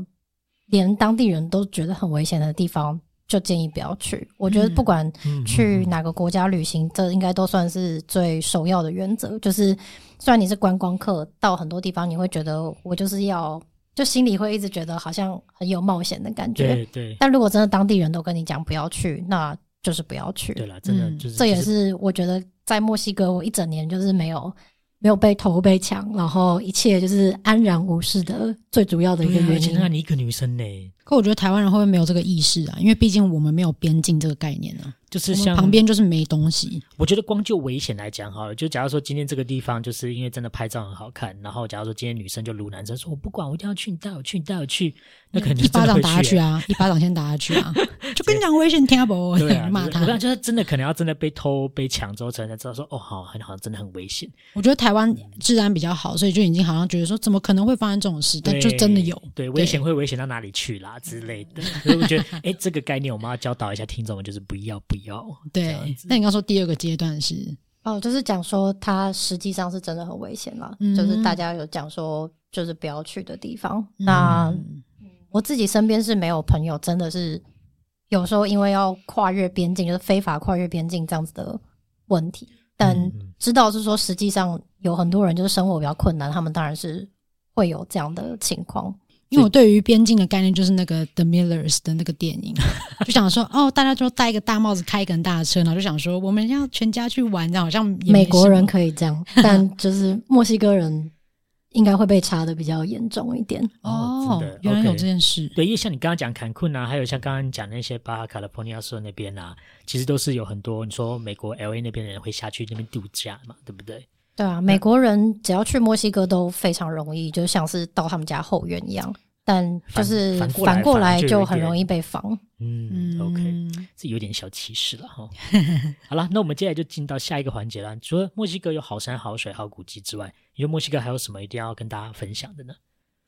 S1: 连当地人都觉得很危险的地方，就建议不要去。我觉得不管
S5: 嗯
S1: 去哪个国家旅行，这应该都算是最首要的原则。就是虽然你是观光客，到很多地方你会觉得我就是要，就心里会一直觉得好像很有冒险的感觉。
S5: 对对
S1: 但如果真的当地人都跟你讲不要去，那就是不要去。
S5: 对啦，真的
S6: 嗯
S5: 就是
S1: 这也
S5: 就是
S1: 我觉得在墨西哥我一整年就是没有没有被偷被抢，然后一切就是安然无事的最主要的一
S5: 对
S1: 个
S5: 啊，而
S1: 原
S5: 且那
S1: 因。
S5: 你一个女生呢，
S6: 可我觉得台湾人会不会没有这个意识啊？因为毕竟我们没有边境这个概念啊，
S5: 就是
S6: 我们
S5: 像
S6: 旁边就是没东西。
S5: 我觉得光就危险来讲好了，就假如说今天这个地方就是因为真的拍照很好看，然后假如说今天女生就撸男生说我不管，我一定要去，你带我去，你带我去，那可能
S6: 嗯
S5: 就
S6: 一巴
S5: 真的
S6: 掌
S5: 会
S6: 打下去
S5: 欸。
S6: 啊，一巴掌先打下去 啊，就跟你讲危险听不？
S5: 对啊，
S6: 骂
S5: 就是我
S6: 他
S5: 感。觉真的可能要真的被偷被抢之后，才能知道说哦，好，很好，真的很危险。
S6: 我觉得台湾治安比较好，所以就已经好像觉得说怎么可能会发生这种事，但就真的有。
S5: 对危险会危险到哪里去啦之类的。所以我觉得，哎，这个概念我们要教导一下听众们，就是不要不要。这
S6: 对
S5: 样，
S6: 那你刚说第二个阶段是
S1: 哦，就是讲说它实际上是真的很危险啦，
S6: 嗯
S1: 就是大家有讲说就是不要去的地方。那
S6: 嗯
S1: 我自己身边是没有朋友，真的是有时候因为要跨越边境，就是非法跨越边境这样子的问题。但
S5: 嗯嗯
S1: 知道是说，实际上有很多人就是生活比较困难，他们当然是会有这样的情况。
S6: 因为我对于边境的概念就是那个 The Millers 的那个电影，就想说哦，大家就戴一个大帽子，开一个很大的车，然后就想说我们要全家去玩，这样好像也没
S1: 美国人
S6: 什么
S1: 可以这样，但就是墨西哥人应该会被查的比较严重一点。
S5: 哦真的
S6: 原来有
S5: OK
S6: 这件事，
S5: 对，因为像你刚刚讲坎昆啊，还有像刚刚讲那些巴哈卡的朋友说那边啊，其实都是有很多你说美国 L A 那边的人会下去那边度假嘛，对不对？
S1: 对啊，美国人只要去墨西哥都非常容易，就像是到他们家后院一样。但就是
S5: 反反过来
S1: 反过来
S5: 反而就有
S1: 就
S5: 一
S1: 很
S5: 点
S1: 容易被防。
S5: 嗯，OK，这有点小歧视 了哈。好了，那我们接下来就进到下一个环节了。除了墨西哥有好山好水好古迹之外，你觉得墨西哥还有什么一定要跟大家分享的呢？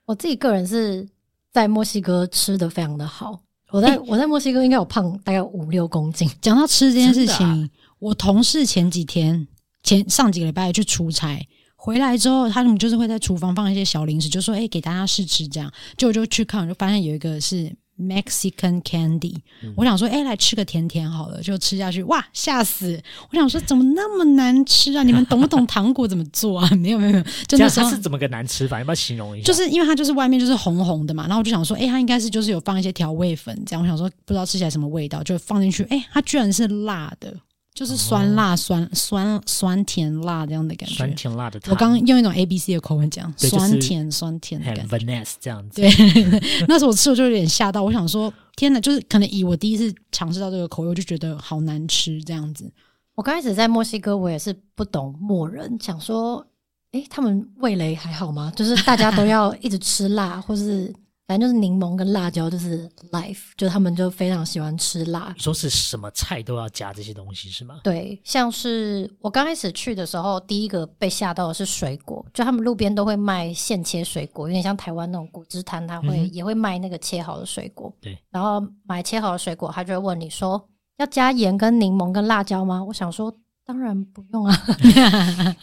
S1: 我自己个人是在墨西哥吃的非常的好，我在我在墨西哥应该有胖大概五六公斤。
S6: 讲到吃这件事
S5: 真啊
S6: 情，我同事前几天前上几个礼拜去出差。回来之后，他们就是会在厨房放一些小零食，就说：“哎、给大家试吃这样。”就我就去看，我就发现有一个是 Mexican candy，、我
S5: 嗯
S6: 想说：“哎、来吃个甜甜好了。”就吃下去，哇，吓死！我想说怎么那么难吃啊？你们懂不懂糖果怎么做啊？没有没有没有，就
S5: 这
S6: 那
S5: 样
S6: 时
S5: 它
S6: 候
S5: 是怎么个难吃法？要不要形容一下？
S6: 就是因为它就是外面就是红红的嘛，然后我就想说，哎、它应该是就是有放一些调味粉这样，我想说不知道吃起来什么味道，就放进去，哎、它居然是辣的，就是酸辣、酸酸酸甜辣这样的感觉
S5: 哦酸。甜辣的汤，
S6: 我刚刚用一种 A B C 的口吻讲，
S5: 对就是
S6: 酸甜酸甜的
S5: 很
S6: 感觉。
S5: Vanessa 这样子，
S6: 对， 那时候我吃我就有点吓到，我想说天哪，就是可能以我第一次尝试到这个口味，我就觉得好难吃这样子。
S1: 我刚开始在墨西哥，我也是不懂墨人，想说，诶，他们味蕾还好吗？就是大家都要一直吃辣，或是反正就是柠檬跟辣椒，就是 life，就他们就非常喜欢吃辣。
S5: 说是什么菜都要加这些东西是吗？
S1: 对，像是我刚开始去的时候，第一个被吓到的是水果，就他们路边都会卖现切水果，有点像台湾那种果汁摊，他
S5: 嗯
S1: 会、
S5: 哼
S1: 也会卖那个切好的水果。
S5: 对，
S1: 然后买切好的水果，他就会问你说要加盐、跟柠檬、跟辣椒吗？我想说当然不 用啊，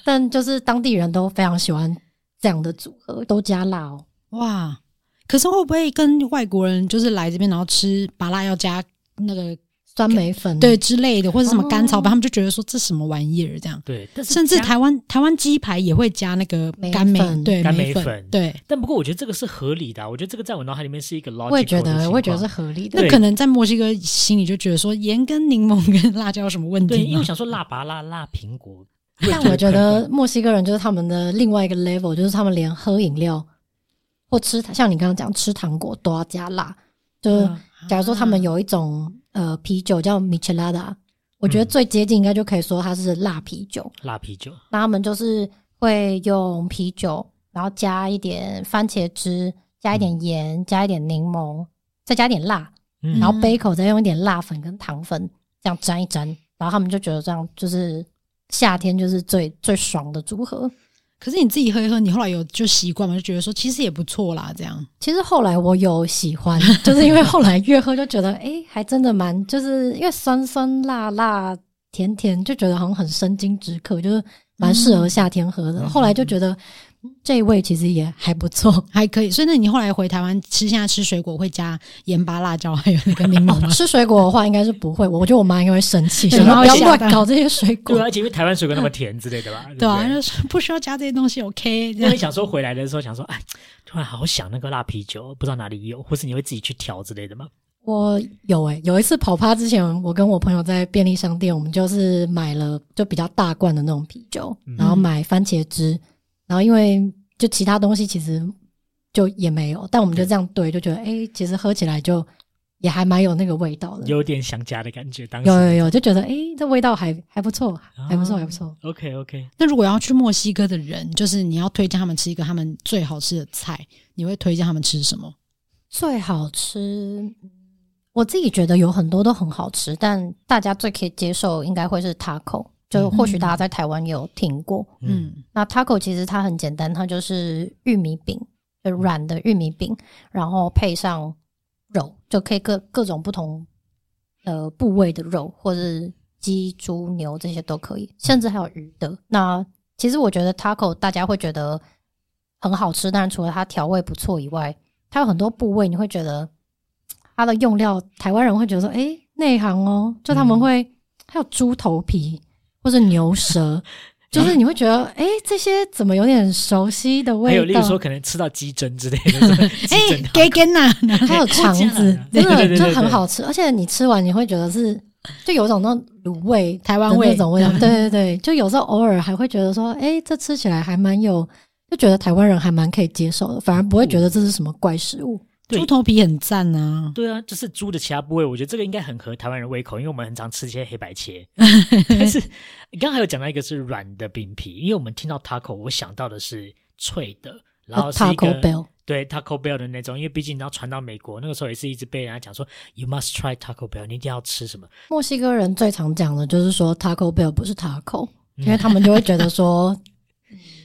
S1: 但就是当地人都非常喜欢这样的组合，都加辣哦。
S6: 哇，可是会不会跟外国人就是来这边然后吃麻辣要加那个
S1: 酸梅粉
S6: 对之类的，或者什么甘草
S1: 嗯哦
S6: 吧，他们就觉得说这什么玩意儿这样。
S5: 对，但是
S6: 甚至
S5: 加
S6: 台湾台湾鸡排也会加那个
S1: 梅
S6: 干梅，
S1: 粉
S6: 对
S5: 干梅
S6: 梅
S5: 粉
S6: 对。
S5: 但不过我觉得这个是合理的啊、我觉得这个在我脑海里面是一个 logical
S1: 我也觉
S5: 的
S1: 得，
S5: 情
S1: 我也觉
S5: 况
S1: 得是合理的
S5: 对。
S6: 那可能在墨西哥心里就觉得说盐跟柠檬跟辣椒有什么问
S5: 对，因
S6: 题
S5: 为
S6: 吗
S5: 我？想说辣拔辣辣苹果，
S1: 啊 但我觉得墨西哥人就是他们的另外一个 level，就是他们连喝饮料或吃，像你刚刚讲吃糖果都要加辣。就是
S6: 嗯
S1: 假如说他们有一种呃啤酒叫米奇拉达，我觉得
S5: 嗯
S1: 最接近应该就可以说它是辣啤酒。
S5: 辣啤酒，
S1: 那他们就是会用啤酒，然后加一点番茄汁，加一点盐，加一点柠檬，再加一点辣，
S5: 嗯
S1: 然后杯口再用一点辣粉跟糖粉这样沾一沾，然后他们就觉得这样就是夏天就是最最爽的组合。
S6: 可是你自己喝一喝，你后来有就习惯吗？就觉得说其实也不错啦，这样。
S1: 其实后来我有喜欢，就是因为后来越喝就觉得，诶，还真的蛮，就是因为酸酸辣辣甜甜，就觉得好像很生津止渴，就是蛮适
S6: 嗯
S1: 合夏天喝的。后来就觉得嗯这一味其实也还不错。
S6: 还可以，所以那你后来回台湾吃，现在吃水果会加盐巴、辣椒，还有那个柠檬吗？
S1: 哦吃水果的话应该是不会，我觉得我妈应该会生气，
S6: 对
S1: 想
S6: 妈
S1: 说不
S6: 会
S1: 要
S6: 吓
S1: 乱
S6: 到
S1: 搞这些水果
S5: 对啊，。而且因为台湾水果那么甜之类的 吧，
S6: 对啊，
S5: 不
S6: 就。是不需要加这些东西，OK 这
S5: 因为
S6: 样。
S5: 想说回来的时候想说，哎，突然好想那个辣啤酒，不知道哪里有，或是你会自己去调之类的吗？
S1: 我有诶、有一次跑趴之前，我跟我朋友在便利商店，我们就是买了就比较大罐的那种啤酒，然后买番茄汁，然后因为就其他东西其实就也没有，但我们就这样对，就觉得诶、其实喝起来就也还蛮有那个味道的。
S5: 有点想家的感觉，当时
S1: 有有有，就觉得诶、这味道还还不错，还不错，还不错。
S5: OK OK，
S6: 那如果要去墨西哥的人，就是你要推荐他们吃一个他们最好吃的菜，你会推荐他们吃什么？
S1: 最好吃，嗯我自己觉得有很多都很好吃，但大家最可以接受应该会是 taco，就或许大家在台湾也有听过。
S5: 嗯
S6: 嗯，
S1: 那 taco 其实它很简单，它就是玉米饼，就软的玉米饼，然后配上肉，就可以各各种不同呃部位的肉，或是鸡、猪、牛这些都可以，甚至还有鱼的。那其实我觉得 taco 大家会觉得很好吃，但是除了它调味不错以外，它有很多部位你会觉得它的用料，台湾人会觉得说，诶，内行哦，就他
S5: 嗯
S1: 们会、还有猪头皮或者牛舌。 就是你会觉得，诶，这些怎么有点熟悉的味
S5: 还
S1: 道？
S5: 有例如说可能吃到鸡胗之类的， 鸡
S6: 哎
S5: 胗汤，啊
S6: 给给呐，
S1: 还 有肠子，
S5: 对对
S1: 真
S5: 对
S1: 的就
S5: 对
S1: 很
S5: 对
S1: 好吃，而且你吃完你会觉得是，就有种那种卤味
S6: 台
S1: 的
S6: 湾
S1: 那
S6: 味
S1: 种味道。对对对，就有时候偶尔还会觉得说，哎、这吃起来还蛮有，就觉得台湾人还蛮可以接受的，反而不会
S5: 嗯
S1: 觉得这是什么怪食物。
S5: 对
S6: 猪头皮很赞啊，
S5: 对啊，就是猪的其他部位，我觉得这个应该很合台湾人胃口，因为我们很常吃一些黑白 切。但是你刚刚还有讲到一个是软的饼皮，因为我们听到 taco，我想到的是脆的，然后是一
S1: 哦 Taco
S5: 个
S1: Bell，
S5: 对 Taco Bell 的那种，因为毕竟你要传到美国，那个时候也是一直被人家讲说 You must try Taco Bell，你一定要吃什么。
S1: 墨西哥人最常讲的就是说 Taco Bell 不是 Taco，因
S5: 嗯
S1: 为他们就会觉 得说。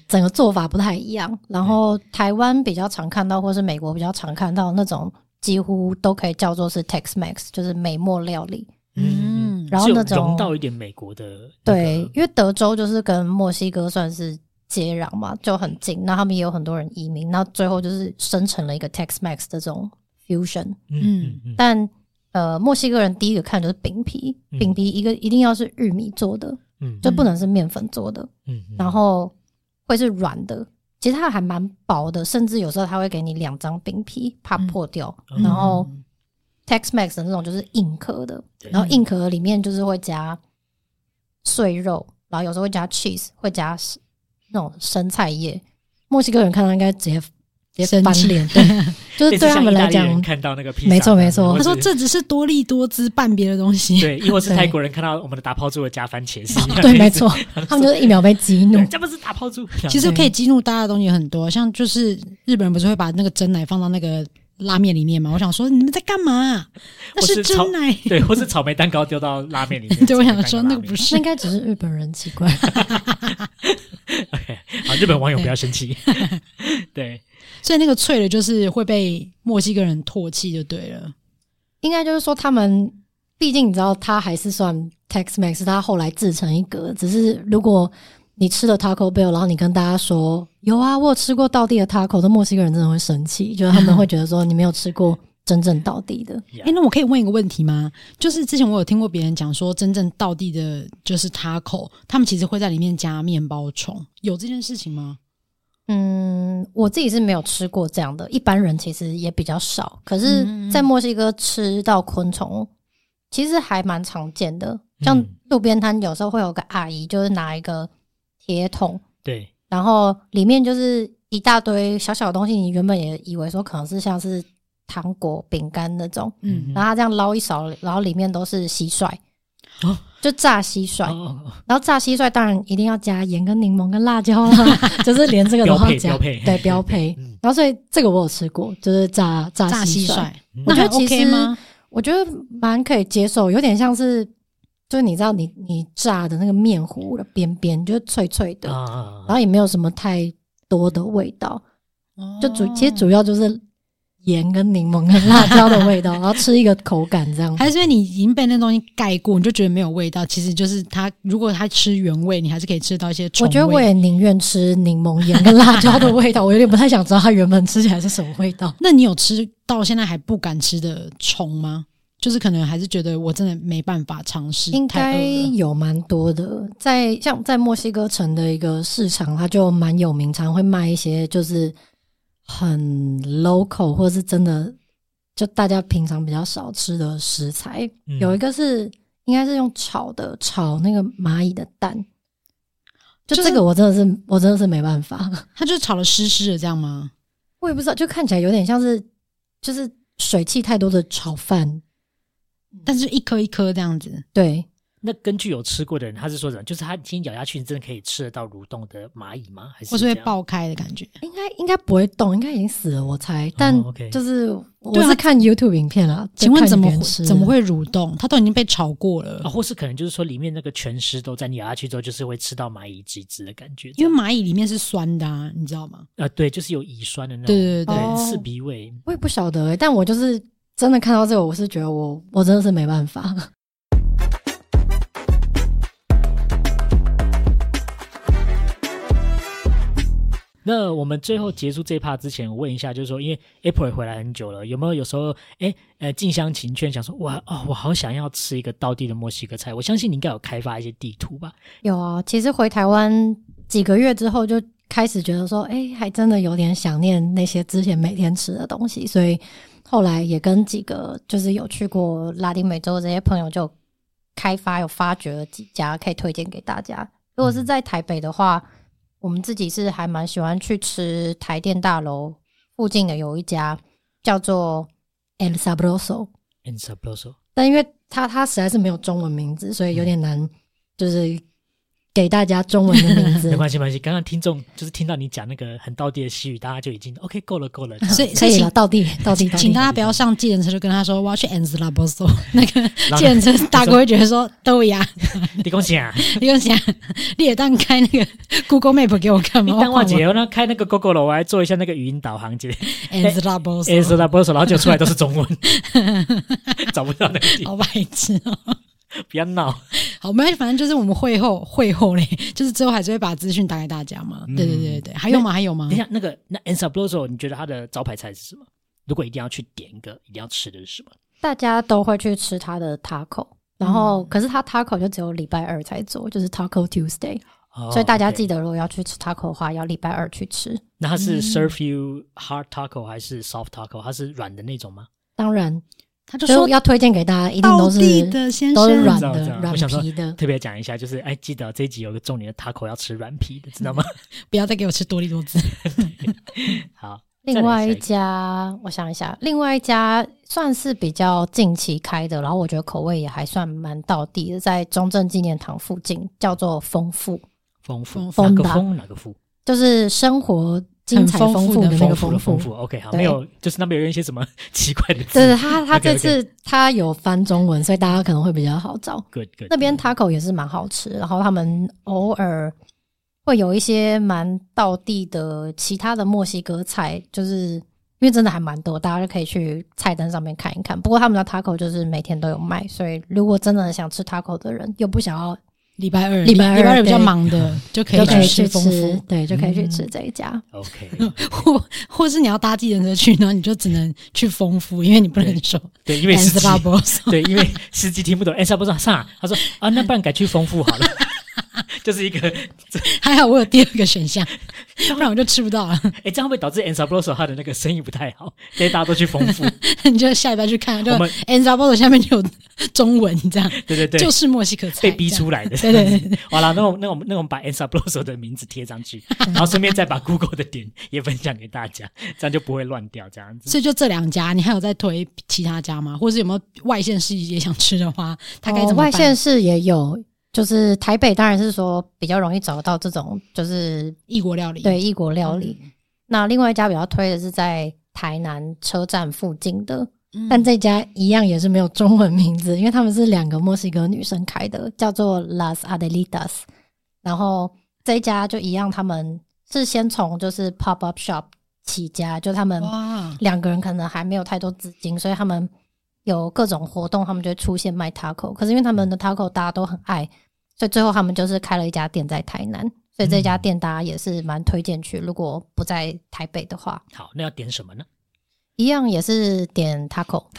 S1: 整个做法不太一样，然后台湾比较常看到，或是美国比较常看到那种，几乎都可以叫做是 Tex-Mex，就是美墨料理。
S5: 嗯，
S1: 然后
S5: 是有
S1: 那种
S5: 融到一点美国的、
S1: 对，，因为德州就是跟墨西哥算是接壤嘛，就很近。那他们也有很多人移民，那最后就是生成了一个 Tex-Mex 的这种 fusion。
S5: 嗯嗯嗯，
S1: 但呃，墨西哥人第一个看就是饼皮，
S5: 嗯
S1: 饼皮一个一定要是玉米做的，
S5: 嗯
S1: 就不能是面粉做的，
S5: 嗯，嗯
S1: 然后会是软的。其实它还蛮薄的，甚至有时候它会给你两张饼皮，怕破掉。
S5: 嗯
S1: 然后 Tex-Mex 的那种就是硬壳的，
S5: 对
S1: 然后硬壳里面就是会加碎肉，然后有时候会加 cheese，会加那种生菜叶。墨西哥人看到应该直接直接
S6: 生
S1: 翻
S6: 气
S1: 脸，对，就是
S5: 类似
S1: 对他
S5: 像
S1: 们
S5: 意大
S1: 来
S5: 利人
S1: 讲，
S5: 看到那个披萨，
S1: 没错没错
S5: 或
S6: 他
S5: 者
S6: 说
S5: 是
S6: 这只是多利多姿拌别的东西，
S5: 对，亦或是
S1: 对
S5: 泰国人看到我们的打抛猪的加番茄是一样的
S1: 对，没
S5: 意思，
S1: 错，嗯他们就是一秒被激怒
S5: 对。这不是打抛猪，
S6: 其实可以激怒大家的东西很多，像就是日本人不是会把那个真奶放到那个拉面里面吗？我想说你们在干嘛、那
S5: 我
S6: 是
S5: 是超
S6: 真奶。，
S5: 对，或是草莓蛋糕丢到拉面里 面
S6: 对，我想说那个不
S5: 是。
S1: 那
S6: 是
S1: 应。该只是日本人奇怪，
S5: OK，好，日本网友不要生 气。 对，
S6: 所以那个脆的，就是会被墨西哥人唾弃就对了。
S1: 应该就是说他们，毕竟你知道，它还是算 Tex Mex，它后来制成一格。只是如果你吃了 Taco Bell，然后你跟大家说有啊，我有吃过道地的 Taco，这墨西哥人真的会生气，就是他们会觉得说你没有吃过真正道地的。
S6: 哎、那我可以问一个问题吗？就是之前我有听过别人讲说，真正道地的就是 taco，他们其实会在里面加面包虫，有这件事情吗？
S1: 嗯，我自己是没有吃过这样的，一般人其实也比较少。可是，在墨西哥吃到昆虫，其实还蛮常见的。像
S5: 嗯
S1: 路边摊有时候会有个阿姨，就是拿一个铁桶，
S5: 对，
S1: 然后里面就是一大堆小小的东西，你原本也以为说可能是像是糖果、饼干那种，
S6: 嗯，
S1: 然后他这样捞一勺，然后里面都是蟋蟀，
S5: 哦
S1: 就炸蟋蟀。
S5: 哦，
S1: 然后炸蟋蟀当然一定要加盐跟柠檬跟辣椒 啦，就是连这个都
S5: 标
S1: 要
S5: 配
S1: 加
S5: 标，配
S1: 对标配。然后所以这个我有吃过，就是炸炸
S6: 炸蟋
S1: 蟋蟀，
S6: 蟀，那
S5: 嗯
S1: 我
S6: 还
S1: 觉得其
S6: OK
S1: 实
S6: 吗？
S1: 我觉得蛮可以接受，有点像是就是你知道你你炸的那个面糊的边边就是脆脆的，
S5: 啊
S1: 然，后也没有什么太多的味道，就主其实
S6: 哦
S1: 主要就是盐跟柠檬跟辣椒 的味道，然后吃一个口感这样子。
S6: 还是因为你已经被那东西盖过，你就觉得没有味道。其实就是它，如果它吃原味，你还是可以吃到一些重
S1: 我
S6: 味。
S1: 觉得我也宁愿吃柠檬盐跟辣椒的味道，我有点不太想知道它原本吃起来是什么味道。
S6: 那你有吃到现在还不敢吃的虫吗？就是可能还是觉得我真的没办法尝试，
S1: 应
S6: 太
S1: 该
S6: 饿了
S1: 有蛮多的，在像在墨西哥城的一个市场，它就蛮有名，常会卖一些就是很 local 或是真的就大家平常比较少吃的食材。
S5: 嗯
S1: 有一个是应该是用炒的，炒那个蚂蚁的蛋。就
S6: 就是
S1: 这个，我真的是我真的是没 办法，
S6: 它就是炒的湿湿的这样吗？
S1: 我也不知道，就看起来有点像是就是水汽太多的炒饭。
S6: 但是一颗一颗这样子，
S1: 对，
S5: 那根据有吃过的人，他是说什么？就是他今天咬下去，你真的可以吃得到蠕动的蚂蚁吗？还是
S6: 或是会
S5: 这样？
S6: 爆开的感觉。
S1: 应该应该不会动，应该已经死了，我猜。但
S5: OK
S1: 就是我
S6: 对啊
S1: 是看 YouTube 影片啊，
S6: 请问
S1: 就看
S6: 怎么
S1: 别
S6: 会
S1: 人吃
S6: 怎么？会蠕动？它都已经被炒过了，
S5: 啊，或是可能就是说里面那个全尸都在你咬下去之后，就是会吃到蚂蚁脂质的感觉。
S6: 因为蚂蚁里面是酸的、啊，你知道吗？
S5: 啊，对，就是有乙酸的那种，
S6: 对对对
S1: 对
S5: 对，
S1: 哦
S5: 刺鼻味。
S1: 我也不晓得、欸，但我就是真的看到这个，我是觉得我我真的是没办法。
S5: 那我们最后结束这一趴之前，我问一下，就是说，因为 April 也回来很久了，有没有有时候，哎，呃，近乡情怯，想说，哇哦，我好想要吃一个道地的墨西哥菜。我相信你应该有开发一些地图吧？
S1: 有啊，其实回台湾几个月之后，就开始觉得说，哎、还真的有点想念那些之前每天吃的东西，所以后来也跟几个就是有去过拉丁美洲的这些朋友就开发有发掘了几家可以推荐给大家。如果是在台北的话，我们自己是还蛮喜欢去吃台电大楼附近的有一家叫做 El Sabroso，
S5: En s a b r o s o
S1: 但因为它它实在是没有中文名字，所以有点难，就是给大家中文的名 字
S5: 没。关系，没关系。刚刚听众就是听到你讲那个很道地的西语，大家就 已经 OK 够了，够了。
S6: 所以
S1: 可
S6: 所
S1: 以
S6: 请
S1: 了，到地到地到
S6: 请
S1: 地
S6: 大。家不要上计程车，就跟他说我要去 a n z l a b o s o 那个
S5: 然后
S6: 计程车大哥会觉得说豆芽，
S5: 你恭喜啊！
S6: 你跟想你也当开那个 Google Map 给我看
S5: 你
S6: 吗？
S5: 淡化姐，那开那个 GoGo 了，我还做一下那个语音导航姐
S6: a n z l a b o s
S5: En
S6: o
S5: s a b r o s o 然后就出来都是 中文， 找不到那个地，
S6: 好白痴
S5: 哎
S6: 哦、
S5: 不要闹。
S6: 好，没关系，反正就是我们会后会后嘞， 就是之后还是会把资讯打给大家嘛。对对对对对，还有吗？还有吗
S5: 嗯等一？下，那个那 En s a b r o s o 你觉得它的招牌菜是什么？如果一定要去点一个，一定要吃的是什么？
S1: 大家都会去吃它的 taco，然后、可是它 taco 就只有礼拜二才做，就是 Taco Tuesday，、
S5: 哦
S1: 所以大家
S5: OK
S1: 记嗯得如果要去吃 taco 的话，要礼拜二去吃。
S5: 那它是 serve you hard taco 还是 soft taco？它是软的那种吗？
S1: 当然，
S6: 他就
S1: 所
S6: 说
S1: 以要推荐给大家，一定
S6: 道
S1: 都
S6: 地
S1: 是
S6: 的先
S1: 都是
S6: 生
S1: 软
S5: 我知道
S1: 的
S5: 我知道、
S1: 软
S5: 我想说
S1: 皮的。
S5: 特别讲一下，就是哎，记得这一集有个重点的 taco 要吃软皮的，知道吗？
S6: 不要再给我吃多利多滋。
S1: 嗯
S5: 好，再
S1: 另
S5: 来
S1: 外
S5: 下
S1: 一
S5: 一个
S1: 家，我想一下，另外一家算是比较近期开的，然后我觉得口味也还算蛮到地的，在中正纪念堂附近，叫做丰富，
S5: 丰富
S1: 丰
S5: 哪个
S1: 吧
S5: 丰哪个富？
S1: 就是生活精彩
S6: 很丰
S1: 丰
S6: 富
S1: 富
S6: 的
S1: 的那个
S5: 富
S1: 丰
S5: 的丰
S1: 富。
S5: 富，OK，好，
S1: 对
S5: 没有，就是那边有一些什么 奇怪的字
S1: 对对，他他
S5: OK，OK
S1: 这次他有翻中文，所以大家可能会比较好找。
S5: ，good good，
S1: 那边 taco 也是蛮好吃，然后他们偶尔会有一些蛮道地的其他的墨西哥菜，就是因为真的还蛮多，大家就可以去菜单上面看一看。不过他们的 taco 就是每天都有卖，所以如果真的很想吃 taco 的人，又不想要，
S6: 礼拜二，
S1: 礼拜二
S6: 礼拜二比较
S1: 对
S6: 忙的，就可
S1: 就
S6: 以
S1: 可以
S6: 吃
S1: 去
S6: 丰
S1: 吃
S6: 富，，嗯
S1: 对，就可以去吃这一家。
S5: 嗯 OK，
S6: 或或是你要搭计程车去，然后你就只能去丰富，因为你不能说
S5: 对，因为司
S6: 斯
S5: 机
S6: 巴博手。
S5: 对，因为司机听不懂，哎，上不上上啊？他说啊，那不然改去丰富好了， 就是一个
S6: 还好我有第二个选项，不然我就吃不到了。
S5: 哎，这样会不会导致 a n s a b r o s o 他的那个生意不太好？所以大家都去丰 富，
S6: 你就下礼拜去看，就
S5: 我们
S6: a n z a b o 下面就有中文这样，
S5: 对对对，
S6: 就是墨西哥菜
S5: 被逼出来的。
S6: 这样对对对，
S5: 好啦，那我那我们那我们把 a n s a b r o s o 的名字贴上去，然后顺便再把 Google 的点也分享给大家，这样就不会乱掉。这样子，
S6: 所以就这两家，你还有在推其他家吗？或者有没有外县市也想吃的话，他该
S1: 哦
S6: 怎么办？
S1: 外县市也有，就是台北当然是说比较容易找到这种，就是
S6: 异国料理，嗯
S1: 对异国料理。那另外一家比较推的是在台南车站附近的，
S6: 嗯，
S1: 但这家一样也是没有中文名字，因为他们是两个墨西哥女生开的，叫做 Las Adelitas。然后这一家就一样，他们是先从就是 pop up shop 起家，就他们
S6: 哇，
S1: 两个人可能还没有太多资金，所以他们有各种活动，他们就会出现卖 taco。可是因为他们的 taco 大家都很爱，所以最后他们就是开了一家店在台南。所以这家店大家也是蛮推荐去，如果不在台北的话，
S5: 好，那要点什么呢
S1: 一样也是点 taco。
S6: 嗯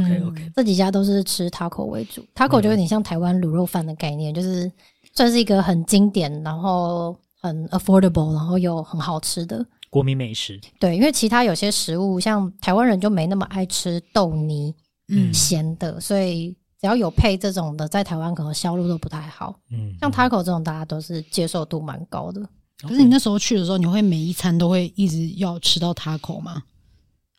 S5: ？Tacos，OK OK，
S1: 这几家都是吃 taco 为主，taco 就有点像台湾卤肉饭的概念，就是算是一个很经典，然后很 affordable，然后又很好吃的。
S5: 国民美食，
S1: 对，因为其他有些食物，像台湾人就没那么爱吃豆泥，
S6: 嗯
S1: 咸的，所以只要有配这种的，在台湾可能销路都不太好。
S5: 嗯，
S1: 像 taco 这种，大家都是接受度蛮高的。
S6: 可
S5: OK，
S6: 是你那时候去的时候，你会每一餐都会一直要吃到 taco 吗？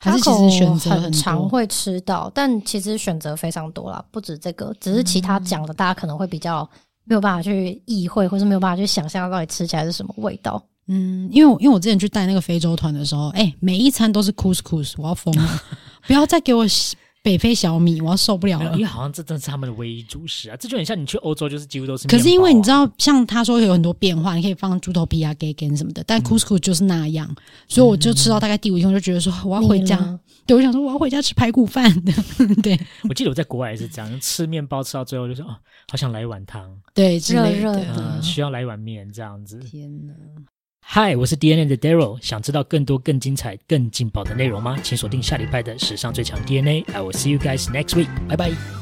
S6: 还是其
S1: taco
S6: 实选择
S1: 很
S6: 多
S1: 常会吃到，但其实选择非常多啦，不止这个，只是其
S6: 嗯
S1: 他讲的，大家可能会比较没有办法去意会，或是没有办法去想象到底吃起来是什么味道。
S6: 嗯，因为我因为我之前去带那个非洲团的时候，哎、每一餐都是 couscous，我要疯了！不要再给我北非小米，我要受不了
S5: 没有
S6: 了
S5: 哦因为。好像这真的是他们的唯一主食啊，这就很像你去欧洲就是几乎都是、啊
S6: 可是因为你知
S5: 道，
S1: 啊
S6: 道，像他说有很多变化，你可以放猪头皮啊、给给什么的，
S1: 嗯
S6: 但 couscous 就是那样，所以我就吃到大概第五天，我就觉得说我要回
S1: 腻
S6: 家
S1: 了。
S6: 对，我想说我要回家吃排骨饭。对
S5: 我记得我在国外也是这样，吃面包吃到最后就是哦，好想来一碗汤，
S6: 对，之类
S1: 热热
S6: 的。
S1: 的
S5: 嗯，需要来一碗面这样子。
S6: 天哪！
S5: 嗨，我是 DNA 的 Daryl，想知道更多更精彩、更劲爆的内容吗？请锁定下礼拜的史上最强 DNA。I will see you guys next week，拜拜。